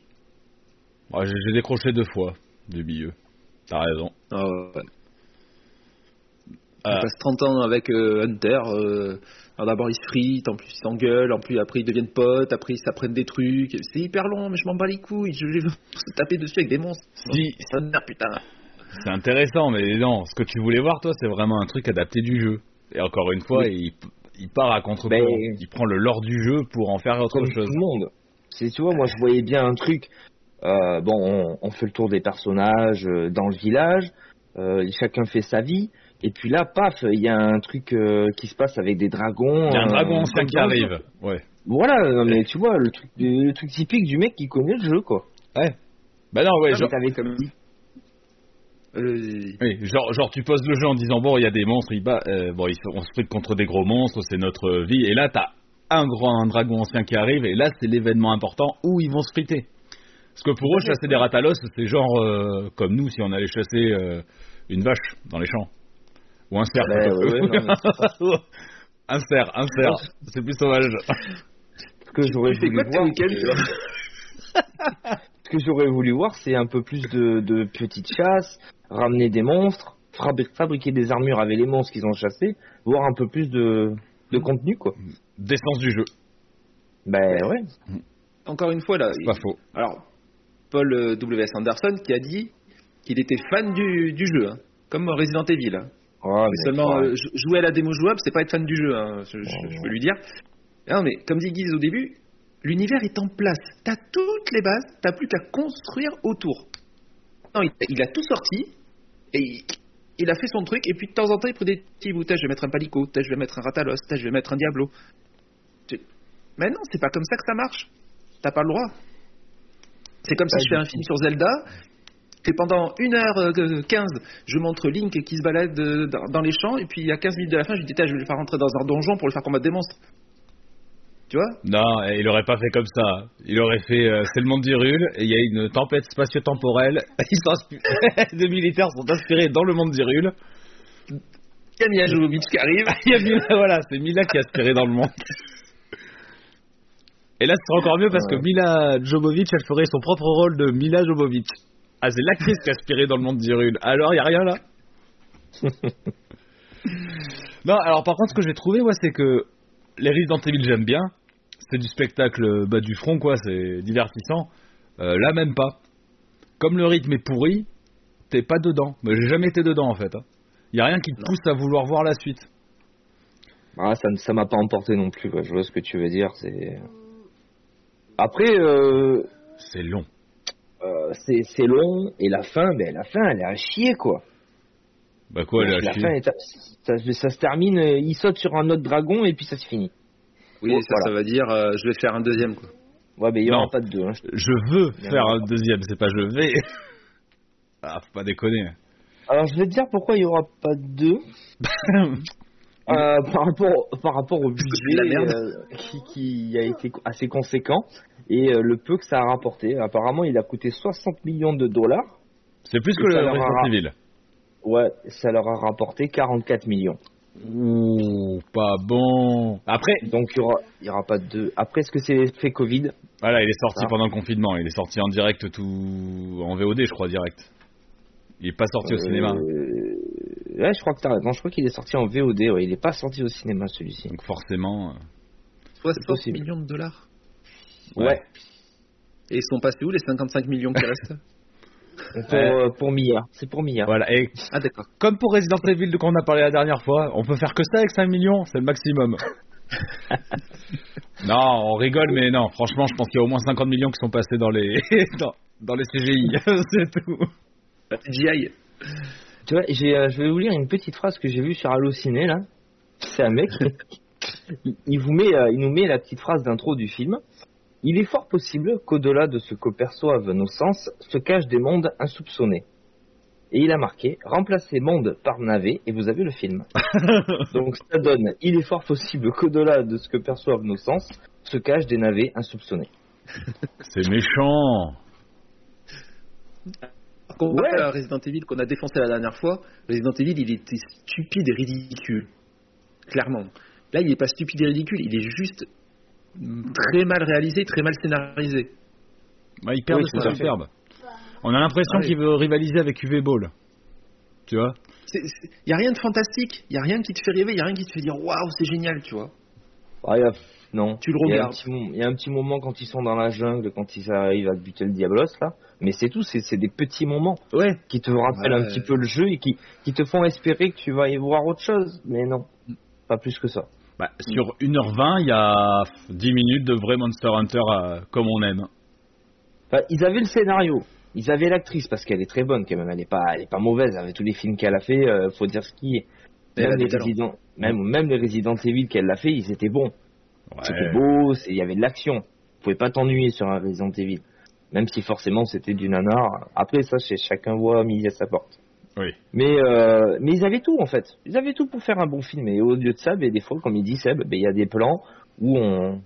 [SPEAKER 1] Ouais, j'ai j'ai décroché deux fois du milieu. T'as raison.
[SPEAKER 2] Ah ouais.
[SPEAKER 1] Ah.
[SPEAKER 2] On passe 30 ans avec euh, Hunter. euh, alors D'abord, ils se fritent, en plus, ils s'engueulent, en plus, après, ils deviennent potes, après, ils s'apprennent des trucs. C'est hyper long, mais je m'en bats les couilles. Je vais se taper dessus avec des monstres.
[SPEAKER 1] Si,
[SPEAKER 2] Ça me nerve,
[SPEAKER 3] Ah,
[SPEAKER 2] putain.
[SPEAKER 1] c'est intéressant, mais non, ce que tu voulais voir, toi, c'est vraiment un truc adapté du jeu. Et encore une fois, il, il part à contre courant
[SPEAKER 3] Mais-
[SPEAKER 1] Il prend le lore du jeu pour en faire autre
[SPEAKER 3] Comme tout
[SPEAKER 1] chose.
[SPEAKER 3] le monde. C'est, tu vois, moi je voyais bien un truc. euh, bon, on, on fait le tour des personnages euh, dans le village, euh, chacun fait sa vie, et puis là, paf, il y a un truc euh, qui se passe avec des dragons.
[SPEAKER 1] Il y a un
[SPEAKER 3] euh,
[SPEAKER 1] dragon
[SPEAKER 3] comme
[SPEAKER 1] ancien qui
[SPEAKER 3] dans-
[SPEAKER 1] arrive. Ouais.
[SPEAKER 3] Voilà, non, mais tu vois, le truc, le truc typique du mec qui connaît le jeu, quoi.
[SPEAKER 1] Bah non, ouais,
[SPEAKER 3] Ah,
[SPEAKER 1] genre,
[SPEAKER 3] mais t'avais comme dit.
[SPEAKER 2] Euh,
[SPEAKER 1] oui, genre, genre, tu poses le jeu en disant bon, il y a des monstres, il bat, euh, bon, ils se- on se fait contre des gros monstres, c'est notre vie. Et là, t'as un grand un dragon ancien qui arrive, et là, c'est l'événement important où ils vont se friter. Parce que pour eux, chasser des ratalos, c'est genre euh, comme nous si on allait chasser euh, une vache dans les champs ou un cerf.
[SPEAKER 3] Ouais,
[SPEAKER 1] plutôt.
[SPEAKER 3] ouais, ouais, non, mais
[SPEAKER 1] un cerf, un cerf, c'est plus sauvage.
[SPEAKER 3] Ce que j'aurais
[SPEAKER 2] Tu fais
[SPEAKER 3] voulu
[SPEAKER 2] quoi tes
[SPEAKER 3] voir,
[SPEAKER 2] week-ends,
[SPEAKER 3] c'est-
[SPEAKER 2] toi
[SPEAKER 3] ce que j'aurais voulu voir, c'est un peu plus de, de petites chasses, ramener des monstres, fabri- fabriquer des armures avec les monstres qu'ils ont chassés, voir un peu plus de, de contenu, quoi.
[SPEAKER 1] D'essence du jeu,
[SPEAKER 3] Ben ouais.
[SPEAKER 2] Encore une fois, là.
[SPEAKER 1] pas faux.
[SPEAKER 2] Alors, Paul euh, W.S. Anderson qui a dit qu'il était fan du, du jeu, hein, comme Resident Evil. hein.
[SPEAKER 3] Oh,
[SPEAKER 2] Mais
[SPEAKER 3] mais
[SPEAKER 2] seulement
[SPEAKER 3] toi,
[SPEAKER 2] euh, jou- jouer à la démo jouable, c'est pas être fan du jeu, hein, je, je- je peux lui dire. Non, mais comme dit Guise au début, l'univers est en place. T'as toutes les bases, t'as plus qu'à construire autour. Non, il, il a tout sorti et il, il a fait son truc. Et puis de temps en temps, il prend des petits bouts. T'as, je vais mettre un palico, t'as, je vais mettre un ratalos, t'as, je vais mettre un diablo. Tu- Mais non, c'est pas comme ça que ça marche. T'as pas le droit. C'est comme si je fais un film sur Zelda et pendant euh, 1h15, je montre Link qui se balade euh, dans dans les champs, et puis à 15 minutes de la fin, je lui dis Tiens, je vais le faire rentrer dans un donjon pour le faire combattre des monstres. Tu vois
[SPEAKER 1] Non, eh, il aurait pas fait comme ça. Il aurait fait euh, c'est le monde d'Irul, et il y a une tempête spatio-temporelle. Ils sont inspi- Des militaires sont inspirés dans le monde d'Irul.
[SPEAKER 2] Il y a Mia Jovovich qui arrive.
[SPEAKER 1] Il y a Mila, voilà, c'est Mila qui a aspiré dans le monde. Et là, ce sera encore mieux parce que Mila Jobovic, elle ferait son propre rôle de Mila Jobovic. Ah, c'est l'actrice qui a aspiré dans le monde d'Irul. Alors, il y a rien là Non, alors par contre, ce que j'ai trouvé, moi, c'est que les Resident Evil, j'aime bien. C'est du spectacle bas du front, quoi, c'est divertissant. Euh, là, même pas. Comme le rythme est pourri, t'es pas dedans. Mais j'ai jamais été dedans, en fait. Il y a rien qui te pousse à vouloire voir la suite.
[SPEAKER 3] Ah, ça ne- ça m'a pas emporté non plus, quoi. je vois ce que tu veux dire. c'est... Après, euh,
[SPEAKER 1] C'est long.
[SPEAKER 3] euh, c'est c'est long, et la fin, ben, la fin, elle est à chier, quoi.
[SPEAKER 1] Bah quoi, elle
[SPEAKER 3] la
[SPEAKER 1] a
[SPEAKER 3] fin,
[SPEAKER 1] chier.
[SPEAKER 3] est à- ça, ça se termine, euh, il saute sur un autre dragon, et puis ça se finit.
[SPEAKER 2] Oui,
[SPEAKER 3] Bon,
[SPEAKER 2] ça, ça va dire euh, Je vais faire un deuxième. Quoi.
[SPEAKER 3] Ouais, mais il n'y
[SPEAKER 1] Non.
[SPEAKER 3] aura pas de deux. hein.
[SPEAKER 1] Je veux
[SPEAKER 3] Bien
[SPEAKER 1] faire
[SPEAKER 3] sûr.
[SPEAKER 1] un deuxième, c'est pas je vais. Ah, faut pas déconner.
[SPEAKER 3] Alors, je vais te dire pourquoi il n'y aura pas de deux. Euh, par, rapport, par rapport au budget
[SPEAKER 2] la merde.
[SPEAKER 3] euh, qui, qui a été assez conséquent et euh, le peu que ça a rapporté. Apparemment, il a coûté 60 millions de dollars.
[SPEAKER 1] C'est plus que
[SPEAKER 3] Ça
[SPEAKER 1] le
[SPEAKER 3] leur
[SPEAKER 1] Resident
[SPEAKER 3] aura-
[SPEAKER 1] Evil.
[SPEAKER 3] Ouais, ça leur a rapporté 44 millions.
[SPEAKER 1] Ouh, pas bon. Après,
[SPEAKER 3] Donc il y aura, il y aura pas de deux. Après, est-ce que c'est l'effet Covid
[SPEAKER 1] voilà, il est sorti
[SPEAKER 3] Ça.
[SPEAKER 1] pendant le confinement. Il est sorti en direct tout en VOD, je crois, direct. Il est pas sorti au cinéma.
[SPEAKER 3] Euh, Ouais, je crois que t'as raison. Je crois qu'il est sorti en VOD. Ouais, il est pas sorti au cinéma celui-ci.
[SPEAKER 1] Donc forcément. euh,
[SPEAKER 2] 60
[SPEAKER 3] possible.
[SPEAKER 2] millions de dollars.
[SPEAKER 1] Ouais.
[SPEAKER 2] Et ils sont passés où les 55 millions qui restent
[SPEAKER 3] Pour, euh, pour Mia. C'est pour Mia.
[SPEAKER 1] Voilà. Et
[SPEAKER 2] Ah d'accord.
[SPEAKER 1] comme pour Resident Evil dont on a parlé la dernière fois, on peut faire que ça avec 5 millions, c'est le maximum. non, on rigole, mais non, franchement, je pense qu'il y a au moins 50 millions qui sont passés dans les dans, dans les CGI, c'est tout.
[SPEAKER 2] La CGI.
[SPEAKER 3] Tu vois, j'ai, euh, je vais vous lire une petite phrase que j'ai vue sur Allociné là. C'est un mec. il, il vous met, euh, il nous met la petite phrase d'intro du film. Il est fort possible qu'au-delà de ce que perçoivent nos sens se cachent des mondes insoupçonnés. Et il a marqué remplacez monde par navet et vous avez le film. Donc ça donne il est fort possible qu'au-delà de ce que perçoivent nos sens se cachent des navets insoupçonnés.
[SPEAKER 1] C'est méchant.
[SPEAKER 2] Par contre,
[SPEAKER 3] Ouais.
[SPEAKER 2] à Resident Evil qu'on a défoncé la dernière fois, Resident Evil il était stupide et ridicule. Clairement. Là il n'est pas stupide et ridicule, il est juste mm, très mal réalisé, très mal scénarisé.
[SPEAKER 1] Bah, il perd
[SPEAKER 3] Oui,
[SPEAKER 1] de
[SPEAKER 3] tout
[SPEAKER 1] sa
[SPEAKER 3] à fait.
[SPEAKER 1] superbe. On a l'impression
[SPEAKER 2] Ah oui.
[SPEAKER 1] qu'il veut rivaliser avec UV Ball. Tu vois
[SPEAKER 2] Il n'y a rien de fantastique, il n'y a rien qui te fait rêver, il n'y a rien qui te fait dire waouh c'est génial, tu vois.
[SPEAKER 3] Ah, il y a- non.
[SPEAKER 2] Tu le
[SPEAKER 3] Il y, a un
[SPEAKER 2] regardes.
[SPEAKER 3] petit mom- il y a un petit moment quand ils sont dans la jungle, quand ils arrivent à buter le Diablos, là. Mais c'est tout, c'est c'est des petits moments
[SPEAKER 2] Ouais.
[SPEAKER 3] qui te rappellent
[SPEAKER 2] Ouais.
[SPEAKER 3] un petit peu le jeu et qui, qui te font espérer que tu vas y voir autre chose. Mais non, pas plus que ça.
[SPEAKER 1] Bah, Sur 1h20, il y a 10 minutes de vrai Monster Hunter euh, comme on aime.
[SPEAKER 3] Enfin, ils avaient le scénario, ils avaient l'actrice, parce qu'elle est très bonne quand même, elle est pas, elle est pas mauvaise. Avec tous les films qu'elle a fait, euh, faut dire ce qui est.
[SPEAKER 2] Elle a
[SPEAKER 3] Même
[SPEAKER 2] des
[SPEAKER 3] les,
[SPEAKER 2] talents.
[SPEAKER 3] résidents, même, même les Resident Evil qu'elle a fait, ils étaient bons. C'était
[SPEAKER 1] Ouais.
[SPEAKER 3] beau, c'est- il y avait de l'action. Tu pouvais pas t'ennuyer sur un Resident Evil. Même si forcément c'était du nanar. Après ça, c'est chacun voit midi à sa porte.
[SPEAKER 1] Oui.
[SPEAKER 3] Mais, euh, mais ils avaient tout en fait. Ils avaient tout pour faire un bon film. Et au lieu de ça, ben, des fois, comme il dit Seb, ben, il y a des plans où on,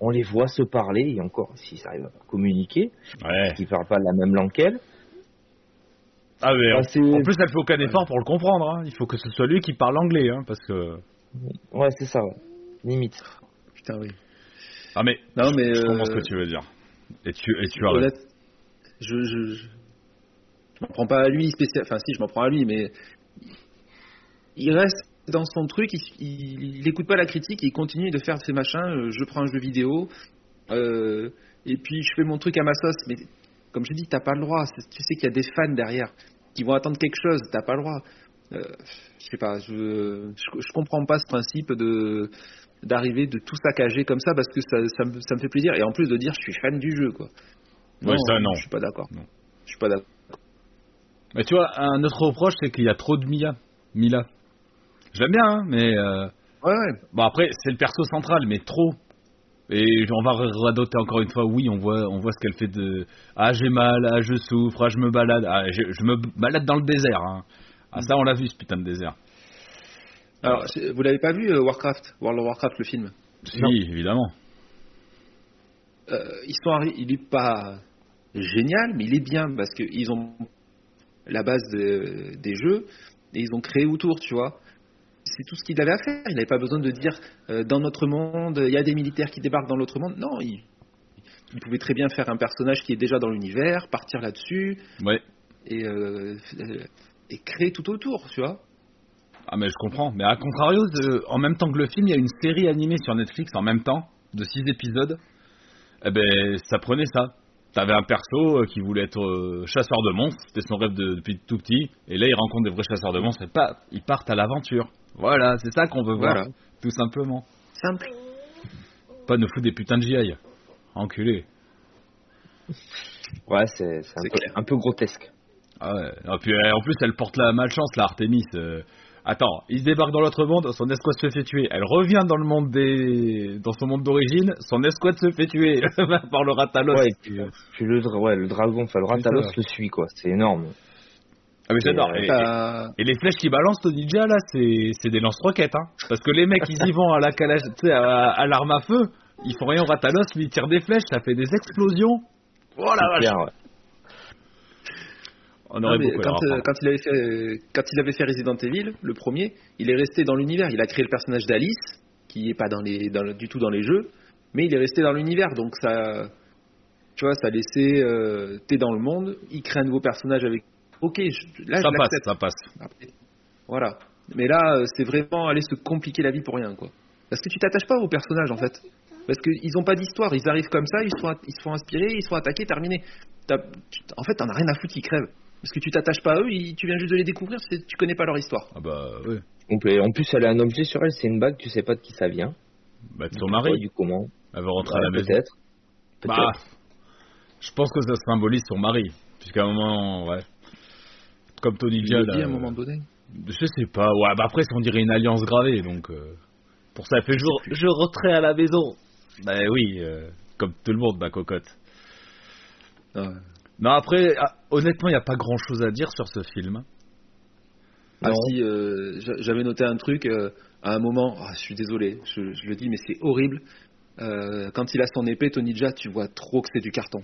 [SPEAKER 3] on les voit se parler. Et encore, s'ils arrivent à communiquer,
[SPEAKER 1] Ouais.
[SPEAKER 3] qu'ils parlent pas la même langue qu'elle.
[SPEAKER 1] Ah, mais en-
[SPEAKER 3] Enfin, c'est-
[SPEAKER 1] en, plus, elle fait aucun effort pour le comprendre. hein. Il faut que ce soit lui qui parle anglais. hein, parce que...
[SPEAKER 3] Ouais, c'est ça. ouais. Limite.
[SPEAKER 2] Putain oui.
[SPEAKER 1] Ah, mais,
[SPEAKER 2] Non, mais,
[SPEAKER 1] je comprends
[SPEAKER 2] euh,
[SPEAKER 1] ce que tu veux dire. Et tu, et tu as raison.
[SPEAKER 2] Honnête- je je, je, je m'en prends pas à lui spécial. Enfin si, je m'en prends à lui, mais il reste dans son truc. Il, il, il écoute pas la critique. Il continue de faire ses machins. euh, Je prends un jeu vidéo euh, et puis je fais mon truc à ma sauce. Mais comme je dis, t'as pas le droit. C'est- Tu sais qu'il y a des fans derrière qui vont attendre quelque chose. T'as pas le droit. Euh, je sais pas. Je, je je comprends pas ce principe de d'arriver de tout saccager comme ça parce que ça, ça, me, ça me fait plaisir et en plus de dire je suis fan du jeu quoi.
[SPEAKER 1] Ouais, ça, non.
[SPEAKER 2] Je suis pas d'accord.
[SPEAKER 1] Non.
[SPEAKER 2] Je suis pas d'accord.
[SPEAKER 1] Mais tu vois, un autre reproche, c'est qu'il y a trop de Mia. Mila. J'aime bien, hein, mais. euh,
[SPEAKER 2] Ouais, ouais.
[SPEAKER 1] Bon après c'est le perso central mais trop. Et on va radoter encore une fois, oui on voit, on voit ce qu'elle fait de « Ah j'ai mal, ah je souffre, ah je me balade, ah je, je me balade dans le désert hein. ». Ah ça on l'a vu ce putain de désert.
[SPEAKER 2] Alors, c'est- vous l'avez pas vu euh, Warcraft, World of Warcraft, le film
[SPEAKER 1] Si
[SPEAKER 3] Non.
[SPEAKER 1] évidemment.
[SPEAKER 2] Euh, ils sont arri- Il est pas génial, mais il est bien parce qu'ils ont la base de- des jeux et ils ont créé autour, tu vois. C'est tout ce qu'il avait à faire. Il n'avait pas besoin de dire euh, dans notre monde, il y a des militaires qui débarquent dans l'autre monde. Non, il, il pouvait très bien faire un personnage qui est déjà dans l'univers, partir là-dessus
[SPEAKER 1] Ouais.
[SPEAKER 2] et, euh, euh, et créer tout autour, tu vois.
[SPEAKER 1] Ah mais je comprends. Mais à contrario, de- en même temps que le film, il y a une série animée sur Netflix en même temps, de 6 épisodes. Eh ben ça prenait ça. T'avais un perso euh, qui voulait être euh, chasseur de monstres, c'était son rêve de- depuis tout petit, et là il rencontre des vrais chasseurs de monstres et pas, ils partent à l'aventure. Voilà, c'est ça qu'on veut voir,
[SPEAKER 2] Voilà.
[SPEAKER 1] tout simplement.
[SPEAKER 2] Simple.
[SPEAKER 1] Pas nous foutre des putains de GI. Enculé.
[SPEAKER 3] Ouais, c'est c'est un,
[SPEAKER 2] C'est
[SPEAKER 3] peu-
[SPEAKER 2] clair.
[SPEAKER 3] un peu grotesque.
[SPEAKER 1] Ah ouais. Et puis euh, en plus elle porte la malchance, la Artemis. euh. Attends, il se débarque dans l'autre monde, son escouade se fait tuer. Elle revient dans le monde des, dans son monde d'origine, son escouade se fait tuer par le Ratalos.
[SPEAKER 3] Ouais, et puis, euh, puis le, dra- ouais, le dragon, enfin le Ratalos
[SPEAKER 1] ça.
[SPEAKER 3] le suit quoi. C'est énorme.
[SPEAKER 1] Ah mais j'adore. Et,
[SPEAKER 2] T'as-
[SPEAKER 1] et les flèches qui balancent Tony Jaa là, c'est c'est des lance-roquettes hein. Parce que les mecs ils y vont à la calage, tu sais, à, à l'arme à feu. Ils font rien au Ratalos, lui il
[SPEAKER 3] Oh
[SPEAKER 1] tire des flèches, ça fait des explosions.
[SPEAKER 3] Super, ouais.
[SPEAKER 1] On
[SPEAKER 2] Non,
[SPEAKER 1] aurait
[SPEAKER 2] mais
[SPEAKER 1] beaucoup à
[SPEAKER 2] quand,
[SPEAKER 1] leur
[SPEAKER 2] euh, quand il avait fait, euh, quand il avait fait Resident Evil, le premier, il est resté dans l'univers. Il a créé le personnage d'Alice, qui n'est pas dans les, dans le- du tout dans les jeux, mais il est resté dans l'univers. Donc ça, tu vois, ça laissait. Euh, T'es dans le monde, il crée un nouveau personnage avec. Ok, je- là
[SPEAKER 1] apprendre. Ça
[SPEAKER 2] je
[SPEAKER 1] passe,
[SPEAKER 2] l'accepte.
[SPEAKER 1] ça passe.
[SPEAKER 2] Après, Voilà. Mais là, euh, c'est vraiment aller se compliquer la vie pour rien, quoi. Parce que tu t'attaches pas aux personnages, en fait. Parce qu'ils ont pas d'histoire, ils arrivent comme ça, ils sont, ils se font inspirer, ils sont attaqués, terminés. T'as- tu- En fait, t'en as rien à foutre, ils crèvent. Parce que tu t'attaches pas à eux, ils- tu viens juste de les découvrir, c'est- tu connais pas leur histoire.
[SPEAKER 1] Ah bah oui.
[SPEAKER 3] On peut, en plus, elle a un objet sur elle, c'est une bague, tu sais pas de qui ça vient.
[SPEAKER 1] Bah, de son
[SPEAKER 3] Quoi,
[SPEAKER 1] mari.
[SPEAKER 3] du comment.
[SPEAKER 1] Elle veut rentrer à
[SPEAKER 3] Ouais,
[SPEAKER 1] la maison.
[SPEAKER 3] peut-être. Peut-être.
[SPEAKER 1] Bah, je pense que ça symbolise son mari. Puisqu'à un moment, ouais. Comme Tony
[SPEAKER 2] Je
[SPEAKER 1] Jaa,
[SPEAKER 2] l'ai dit à
[SPEAKER 1] euh,
[SPEAKER 2] un moment donné.
[SPEAKER 1] Je sais pas. Ouais, bah après, on dirait une alliance gravée, donc. euh, pour ça, elle fait jour. Je rentrais à la maison. Bah oui, euh, comme tout le monde, ma cocotte.
[SPEAKER 2] Ah Ouais.
[SPEAKER 1] Non, après, ah, honnêtement, il n'y a pas grand chose à dire sur ce film.
[SPEAKER 2] Ah
[SPEAKER 3] Non.
[SPEAKER 2] si, euh, j'a- j'avais noté un truc euh, à un moment. ah, je suis désolé, je, je le dis, mais c'est horrible. Euh, quand il a son épée, Tony Jaa, tu vois trop que c'est du carton.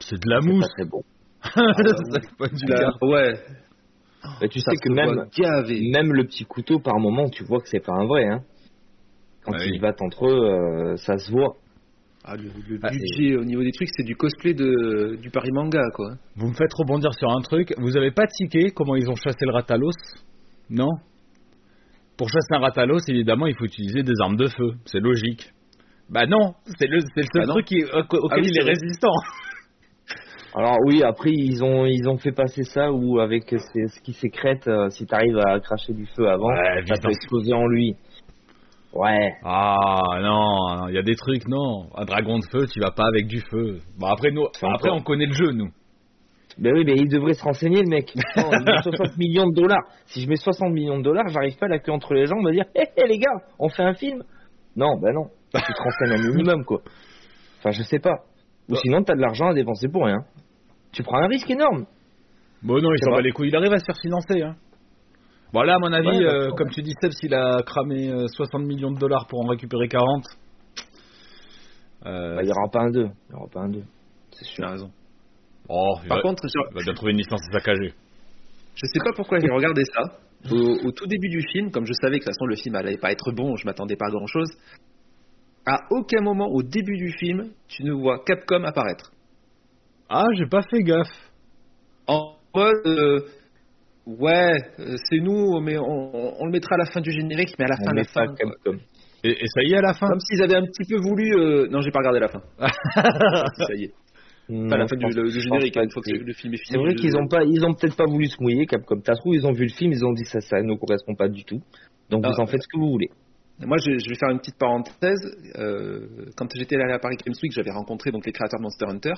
[SPEAKER 1] C'est de la
[SPEAKER 3] C'est
[SPEAKER 1] mousse.
[SPEAKER 3] pas très bon.
[SPEAKER 1] C'est pas du
[SPEAKER 2] Là,
[SPEAKER 1] carton.
[SPEAKER 2] ouais,
[SPEAKER 1] Ah.
[SPEAKER 3] Mais tu sais
[SPEAKER 2] Ça
[SPEAKER 3] que
[SPEAKER 2] se
[SPEAKER 3] même,
[SPEAKER 2] voit gavé.
[SPEAKER 3] même le petit couteau, par moment, tu vois que c'est pas un vrai. Hein. Quand
[SPEAKER 1] Ah
[SPEAKER 3] ils
[SPEAKER 1] oui.
[SPEAKER 3] battent entre eux, euh, ça se voit.
[SPEAKER 2] Ah, le, le
[SPEAKER 1] Ah,
[SPEAKER 2] budget au niveau des trucs, c'est du cosplay de, du Paris Manga, quoi.
[SPEAKER 1] Vous me faites rebondir sur un truc. Vous avez pas tiqué comment ils ont chassé le ratalos Non Pour chasser un ratalos, évidemment, il faut utiliser des armes de feu. C'est logique. Bah non, Ah c'est le, c'est le seul
[SPEAKER 2] Bah non.
[SPEAKER 1] truc qui- au- auquel
[SPEAKER 2] oui,
[SPEAKER 1] il
[SPEAKER 2] c'est
[SPEAKER 1] est
[SPEAKER 2] vrai.
[SPEAKER 1] résistant.
[SPEAKER 3] Alors oui, après ils ont ils ont fait passer ça ou avec ces- ce qui sécrète, euh, si t'arrives à cracher du feu avant,
[SPEAKER 1] Ouais,
[SPEAKER 3] ça
[SPEAKER 1] évident.
[SPEAKER 3] peut exploser en lui. Ouais.
[SPEAKER 1] Ah non, il y a des trucs, non. Un dragon de feu, tu vas pas avec du feu. Bon, après, nous,
[SPEAKER 3] C'est
[SPEAKER 1] après
[SPEAKER 3] encore.
[SPEAKER 1] on connaît le jeu, nous.
[SPEAKER 3] Ben oui, mais il devrait se renseigner, le mec. Attends, il met 60 millions de dollars. Si je mets 60 millions de dollars, j'arrive pas la queue entre les jambes à dire, hé hé, les gars, on fait un film Non, ben non. Tu te renseignes un minimum, quoi. Enfin, je sais pas. Ou
[SPEAKER 2] Bah.
[SPEAKER 3] sinon, t'as de l'argent à dépenser pour rien. Tu prends un risque énorme.
[SPEAKER 1] Bon, non, il
[SPEAKER 3] C'est
[SPEAKER 1] s'en bat
[SPEAKER 3] vrai.
[SPEAKER 1] les couilles. Il arrive à se faire financer. Hein. Bon, là, à mon avis,
[SPEAKER 3] Ouais, bah,
[SPEAKER 1] euh,
[SPEAKER 3] ouais.
[SPEAKER 1] comme tu dis, Seb, s'il a cramé euh, 60 millions de dollars pour en récupérer Euh, 40. euh,
[SPEAKER 2] Bah,
[SPEAKER 1] Bah,
[SPEAKER 3] Ben, il y aura pas un 2. Il y aura pas un 2. C'est
[SPEAKER 2] Tu
[SPEAKER 3] sûr.
[SPEAKER 2] as raison.
[SPEAKER 1] oh, il
[SPEAKER 2] Par
[SPEAKER 1] va-
[SPEAKER 2] contre, sur-
[SPEAKER 1] il va bien trouver une licence saccagée.
[SPEAKER 2] je sais pas pourquoi j'ai regardé ça. Au, au tout début du film, comme je savais que de toute façon le film allait pas être bon, je m'attendais pas à grand chose. À aucun moment au début du film, tu ne vois Capcom apparaître.
[SPEAKER 1] Ah, j'ai pas fait gaffe.
[SPEAKER 2] En mode, euh, ouais, euh, c'est nous, mais on, on- on le mettra à la fin du générique, mais à la
[SPEAKER 3] On
[SPEAKER 2] fin, à la
[SPEAKER 3] met pas
[SPEAKER 2] fin. quoi.
[SPEAKER 3] Capcom.
[SPEAKER 1] Et, et ça y est, à la fin.
[SPEAKER 2] Comme s'ils avaient un petit peu voulu. euh, Non, j'ai pas regardé la fin. ça y est. Pas la
[SPEAKER 3] Non, je
[SPEAKER 2] fin du
[SPEAKER 3] pense-
[SPEAKER 2] le- le
[SPEAKER 3] je pense
[SPEAKER 2] générique. hein,
[SPEAKER 3] pas
[SPEAKER 2] Une fois
[SPEAKER 3] que
[SPEAKER 2] que le film est fini.
[SPEAKER 3] C'est vrai
[SPEAKER 2] je-
[SPEAKER 3] qu'ils ont pas, ils ont peut-être pas voulu se mouiller, Capcom. T'as trouvé, ils ont vu le film, ils ont dit ça, ça ne correspond pas du tout. Donc
[SPEAKER 2] Ah,
[SPEAKER 3] vous en faites ce que vous voulez.
[SPEAKER 2] Moi, je, je vais faire une petite parenthèse. Euh, quand j'étais allé à Paris Games Week, j'avais rencontré donc les créateurs de Monster Hunter,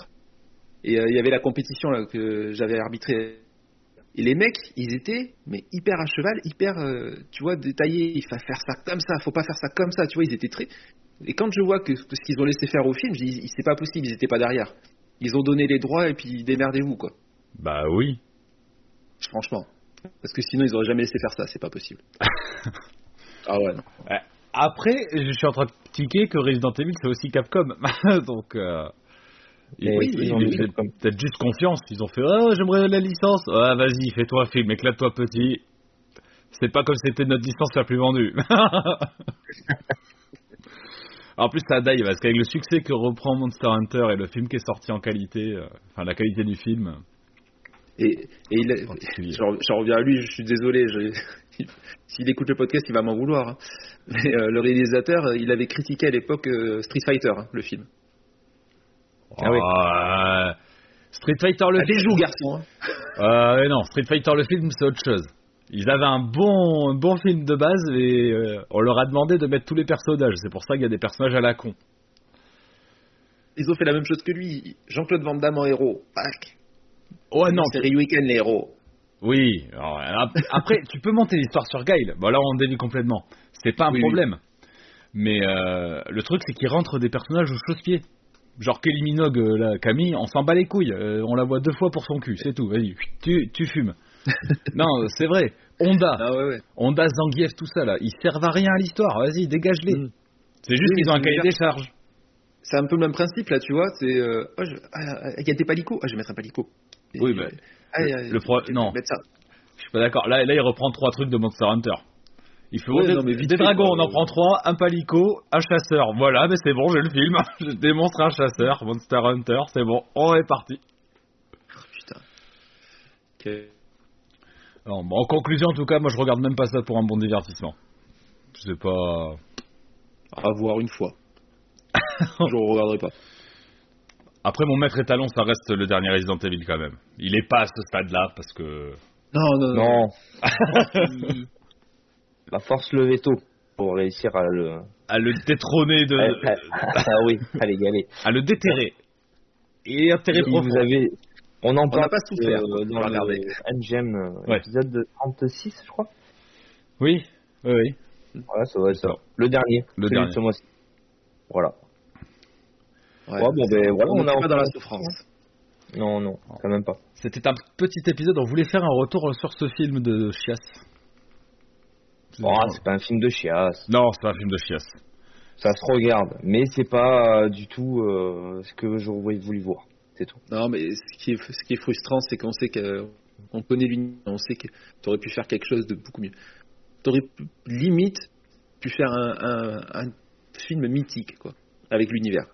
[SPEAKER 2] et euh, il y avait la compétition là, que j'avais arbitrée. Et les mecs, ils étaient mais hyper à cheval, hyper, euh, tu vois, détaillés. Il faut faire ça comme ça, faut pas faire ça comme ça. Tu vois, ils étaient très. Et quand je vois que que ce qu'ils ont laissé faire au film, je dis, c'est pas possible, ils étaient pas derrière. Ils ont donné les droits et puis démerdez-vous quoi.
[SPEAKER 1] Bah oui.
[SPEAKER 2] Franchement, parce que sinon ils auraient jamais laissé faire ça, c'est pas possible. ah ouais. non.
[SPEAKER 1] Après, je suis en train de tiquer que Resident Evil, c'est aussi Capcom. Donc, euh,
[SPEAKER 3] Mais
[SPEAKER 1] oui,
[SPEAKER 3] ils
[SPEAKER 1] ils
[SPEAKER 3] ont
[SPEAKER 1] ils
[SPEAKER 3] mis
[SPEAKER 1] faisaient
[SPEAKER 3] Capcom.
[SPEAKER 1] peut-être juste confiance. Ils ont fait Ah, j'aimerais la licence. Ah, vas-y, fais-toi un film, éclate-toi petit. C'est pas comme si c'était notre licence la plus vendue. en plus, ça daille, parce qu'avec le succès que reprend Monster Hunter et le film qui est sorti en qualité, euh, enfin la qualité du film,
[SPEAKER 2] Et, et il a-
[SPEAKER 1] particulier.
[SPEAKER 2] J'en j'en reviens à lui, je suis désolé. je- S'il écoute le podcast, il va m'en vouloir. hein. Mais euh, le réalisateur, euh, il avait critiqué à l'époque euh, Street Fighter, hein, le film.
[SPEAKER 3] Ah oui.
[SPEAKER 1] Ah, Street Fighter le
[SPEAKER 2] Ah,
[SPEAKER 1] film.
[SPEAKER 2] des joues, garçon. hein.
[SPEAKER 1] Euh, mais non, Street Fighter le film, c'est autre chose. Ils avaient un bon, un bon film de base et euh, on leur a demandé de mettre tous les personnages. C'est pour ça qu'il y a des personnages à la con.
[SPEAKER 2] Ils ont fait la même chose que lui. Jean-Claude Van Damme en héros. Pac.
[SPEAKER 1] Ouais, Oh, non.
[SPEAKER 2] C'est Ryuken, les héros.
[SPEAKER 1] Oui. alors, ap- après, tu peux monter l'histoire sur Guile. Bon, là, on dévie complètement. C'est pas un
[SPEAKER 2] Oui, oui.
[SPEAKER 1] problème. Mais euh, le truc, c'est qu'ils rentrent des personnages aux chausse-pieds. Genre Kelly Minogue, euh, là, Camille, on s'en bat les couilles. Euh, on la voit deux fois pour son cul, c'est tout. Vas-y, tu, tu fumes. non, c'est vrai. Honda.
[SPEAKER 2] Ah ouais, ouais.
[SPEAKER 1] Honda, Zangief, tout ça là, ils servent à rien à l'histoire. Vas-y, dégage-les.
[SPEAKER 2] Mm.
[SPEAKER 1] C'est juste
[SPEAKER 2] Oui,
[SPEAKER 1] qu'ils ont un
[SPEAKER 2] mais
[SPEAKER 1] cahier des charges.
[SPEAKER 2] C'est un peu le même principe là, tu vois. C'est. euh, oh, je- ah, ah, il y a des palicots. Ah, je vais mettre un palicot.
[SPEAKER 1] Oui, mais
[SPEAKER 2] Aïe,
[SPEAKER 1] le-
[SPEAKER 2] aïe,
[SPEAKER 1] le pro-
[SPEAKER 2] tu peux
[SPEAKER 1] non.
[SPEAKER 2] mettre ça.
[SPEAKER 1] je suis pas d'accord. Là, là, il reprend trois trucs de Monster Hunter. Il fait
[SPEAKER 2] Ouais,
[SPEAKER 1] des,
[SPEAKER 2] non, mais vite
[SPEAKER 1] des
[SPEAKER 2] fait,
[SPEAKER 1] dragons,
[SPEAKER 2] quoi.
[SPEAKER 1] on en prend trois, un palico, un chasseur. Voilà, mais c'est bon, j'ai le film. je démontre un chasseur, Monster Hunter, c'est bon, on est parti.
[SPEAKER 2] Oh, putain. Que-
[SPEAKER 1] Non, bon, en conclusion, en tout cas, moi je regarde même pas ça pour un bon divertissement. C'est pas.
[SPEAKER 2] À voir une fois. Je ne regarderai pas.
[SPEAKER 1] Après, mon maître étalon, ça reste le dernier Resident Evil quand même. Il est pas à ce stade-là parce que.
[SPEAKER 2] Non, non, non.
[SPEAKER 3] Non. bah, force le veto pour réussir à le.
[SPEAKER 1] À le détrôner de.
[SPEAKER 3] ah oui, allez, y aller.
[SPEAKER 1] à le déterrer. Et intérêt
[SPEAKER 3] Si vous avez. On en
[SPEAKER 2] On n'a
[SPEAKER 3] parle
[SPEAKER 2] pas tout
[SPEAKER 3] euh,
[SPEAKER 2] fait.
[SPEAKER 3] dans
[SPEAKER 2] Regardez.
[SPEAKER 3] le MGM euh,
[SPEAKER 1] Ouais.
[SPEAKER 3] épisode de 36, je crois.
[SPEAKER 1] Oui, oui, oui.
[SPEAKER 3] Voilà, ça va être ça.
[SPEAKER 1] Alors,
[SPEAKER 3] Le dernier.
[SPEAKER 1] le
[SPEAKER 3] celui de
[SPEAKER 1] dernier.
[SPEAKER 3] ce mois-ci. Voilà.
[SPEAKER 2] Ouais,
[SPEAKER 3] Ouais, bon, ben, voilà,
[SPEAKER 2] on
[SPEAKER 3] on a-
[SPEAKER 2] n'est pas dans la souffrance.
[SPEAKER 3] Non, non, quand même pas.
[SPEAKER 1] C'était un petit épisode, on voulait faire un retour sur ce film de chiasse.
[SPEAKER 3] Bon, Oh, c'est pas un film de chiasse.
[SPEAKER 1] Non, c'est pas un film de chiasse.
[SPEAKER 3] Ça se regarde, mais c'est pas euh, du tout euh, ce que j'aurais voulu voir. C'est tout.
[SPEAKER 2] Non, mais ce qui est, ce qui est frustrant, c'est qu'on sait qu'on connaît l'univers, on sait que tu aurais pu faire quelque chose de beaucoup mieux. Tu aurais pu- limite pu faire un, un- un film mythique, quoi, avec l'univers.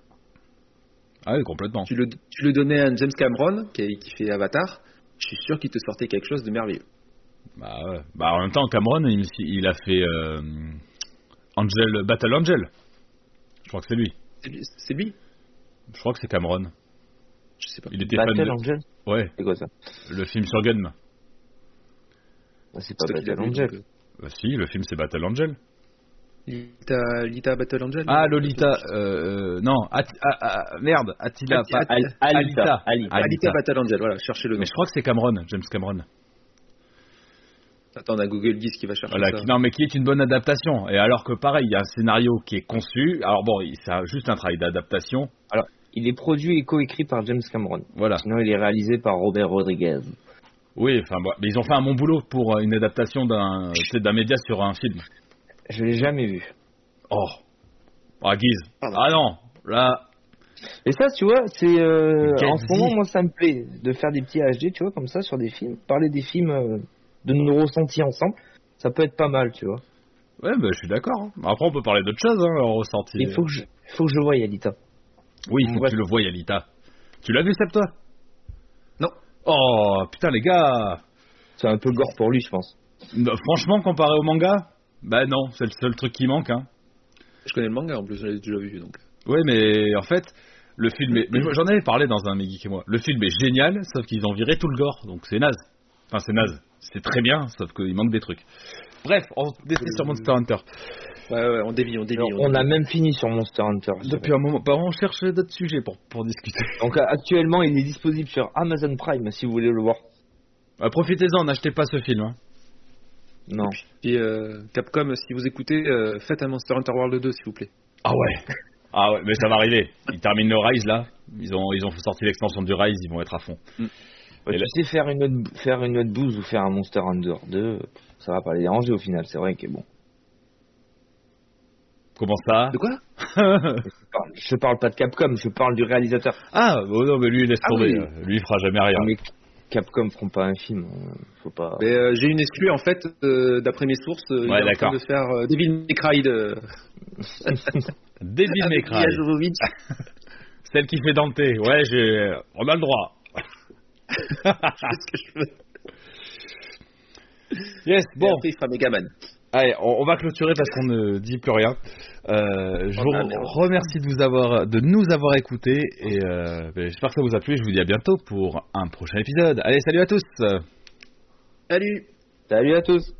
[SPEAKER 1] Ah oui, complètement.
[SPEAKER 2] Tu le, tu le donnais à James Cameron, qui, a- qui fait Avatar, je suis sûr qu'il te sortait quelque chose de merveilleux.
[SPEAKER 1] Bah, ouais. Bah, en même temps, Cameron, il, il a fait euh, Angel, Battle Angel. Je crois que c'est lui.
[SPEAKER 2] C'est lui- C'est lui
[SPEAKER 1] Je crois que c'est Cameron.
[SPEAKER 2] Je sais pas.
[SPEAKER 1] Il était fan
[SPEAKER 3] Battle
[SPEAKER 1] de...
[SPEAKER 3] Angel
[SPEAKER 1] Ouais,
[SPEAKER 3] C'est quoi ça
[SPEAKER 1] le film sur Gunm.
[SPEAKER 3] Bah, C'est pas
[SPEAKER 2] C'est toi qui l'as
[SPEAKER 3] Battle
[SPEAKER 2] vu,
[SPEAKER 3] Angel.
[SPEAKER 2] donc,
[SPEAKER 1] Bah, si, le film c'est Battle Angel.
[SPEAKER 2] euh, Lita, Lita Battle Angel
[SPEAKER 1] Ah,
[SPEAKER 2] non
[SPEAKER 1] Lolita, euh, euh, non, At- ah, ah, merde, Attila,
[SPEAKER 2] Atti-
[SPEAKER 1] pas-
[SPEAKER 2] Atti-
[SPEAKER 3] Al- Alita.
[SPEAKER 1] Alita.
[SPEAKER 3] Alita.
[SPEAKER 2] Ah, Lita
[SPEAKER 1] Alita.
[SPEAKER 2] Battle Angel, voilà, cherchez le nom.
[SPEAKER 1] Mais je crois que c'est Cameron, James Cameron.
[SPEAKER 2] Attends, on a Google Geeks qui va chercher
[SPEAKER 1] Voilà,
[SPEAKER 2] ça.
[SPEAKER 1] qui- non, mais qui est une bonne adaptation. Et alors que pareil, il y a un scénario qui est conçu. Alors bon, il- c'est un- juste un travail d'adaptation.
[SPEAKER 3] Il est produit et coécrit par James Cameron.
[SPEAKER 1] Voilà.
[SPEAKER 3] Sinon, il est réalisé par Robert Rodriguez.
[SPEAKER 1] Oui, enfin, bon, mais ils ont fait un bon boulot pour euh, une adaptation d'un tu sais, d'un média sur un film.
[SPEAKER 3] Je l'ai jamais vu.
[SPEAKER 1] Oh, ah Guise.
[SPEAKER 2] Pardon.
[SPEAKER 1] Ah non, là,
[SPEAKER 3] Et ça, tu vois, c'est euh,
[SPEAKER 1] Quelle
[SPEAKER 3] en ce
[SPEAKER 1] vie.
[SPEAKER 3] moment, moi, ça me plaît de faire des petits HD, tu vois, comme ça, sur des films, parler des films, euh, de nos ressentis ensemble, ça peut être pas mal, tu vois.
[SPEAKER 1] ouais, bah, je suis d'accord. hein. Après, on peut parler d'autre chose, hein, en ressenti.
[SPEAKER 3] Il faut que je, faut que je voie Yalita.
[SPEAKER 1] Oui, il faut
[SPEAKER 3] Ouais.
[SPEAKER 1] que tu le voies, Yalita. Tu l'as vu, Seb, toi
[SPEAKER 2] Non.
[SPEAKER 1] Oh, putain, les gars.
[SPEAKER 3] C'est un peu gore pour lui, je pense.
[SPEAKER 1] Non, franchement, comparé au manga, bah non, c'est le seul truc qui manque. Hein.
[SPEAKER 2] Je connais le manga en plus, je l'ai déjà vu donc.
[SPEAKER 1] Ouais, mais en fait, le film est. mais J'en avais parlé dans un Megeek et moi. Le film est génial, sauf qu'ils ont viré tout le gore, donc c'est naze. Enfin, c'est naze. C'est très bien, sauf qu'il manque des trucs. Bref, on décrit sur Monster Hunter.
[SPEAKER 2] Ouais, ouais, on dévie, on dévie.
[SPEAKER 3] Alors, on a même fini sur Monster Hunter. je dirais.
[SPEAKER 1] Depuis un moment, bah, on cherche d'autres sujets pour, pour discuter.
[SPEAKER 3] Donc euh, actuellement, il est disponible sur Amazon Prime si vous voulez le voir.
[SPEAKER 1] Bah, Profitez-en, n'achetez pas ce film. hein.
[SPEAKER 3] Non.
[SPEAKER 2] Puis euh, Capcom, si vous écoutez, euh, faites un Monster Hunter World 2, s'il vous plaît.
[SPEAKER 1] Ah ouais Ah ouais, mais ça va arriver. Ils terminent le Rise là. Ils ont, ils ont sorti l'extension du Rise, ils vont être à fond. Et
[SPEAKER 3] Bah, tu
[SPEAKER 1] là-
[SPEAKER 3] sais faire une autre, faire une autre bouse ou faire un Monster Hunter 2, ça va pas les déranger au final. C'est vrai que bon.
[SPEAKER 1] Comment ça
[SPEAKER 2] De quoi
[SPEAKER 3] Je parle, je parle pas de Capcom, je parle du réalisateur.
[SPEAKER 1] Ah, bon, non, mais lui, laisse
[SPEAKER 2] Ah
[SPEAKER 1] tomber.
[SPEAKER 2] oui.
[SPEAKER 1] euh, Lui, il fera jamais rien.
[SPEAKER 3] Non, Ah, mais Capcom feront pas un film. euh, Faut pas.
[SPEAKER 2] Mais, euh, J'ai une exclue en fait, euh, d'après mes sources, euh, il
[SPEAKER 1] Ouais,
[SPEAKER 2] est en train
[SPEAKER 1] d'accord.
[SPEAKER 2] de faire euh, Devil May Cry de...
[SPEAKER 1] David
[SPEAKER 2] avec
[SPEAKER 1] Mekra.
[SPEAKER 2] Mia Jovovich.
[SPEAKER 1] Celle qui fait Dante. Ouais, j'ai. euh, On a le droit. Yes,
[SPEAKER 2] Et
[SPEAKER 1] bon.
[SPEAKER 2] après, il fera Megaman.
[SPEAKER 1] Allez, on, on va clôturer parce qu'on ne dit plus rien. Euh, je vous
[SPEAKER 2] Ah, merde.
[SPEAKER 1] remercie de, vous avoir, de nous avoir écoutés et euh, ben, j'espère que ça vous a plu. et Je vous dis à bientôt pour un prochain épisode. Allez, salut à tous.
[SPEAKER 2] Salut
[SPEAKER 3] Salut à tous.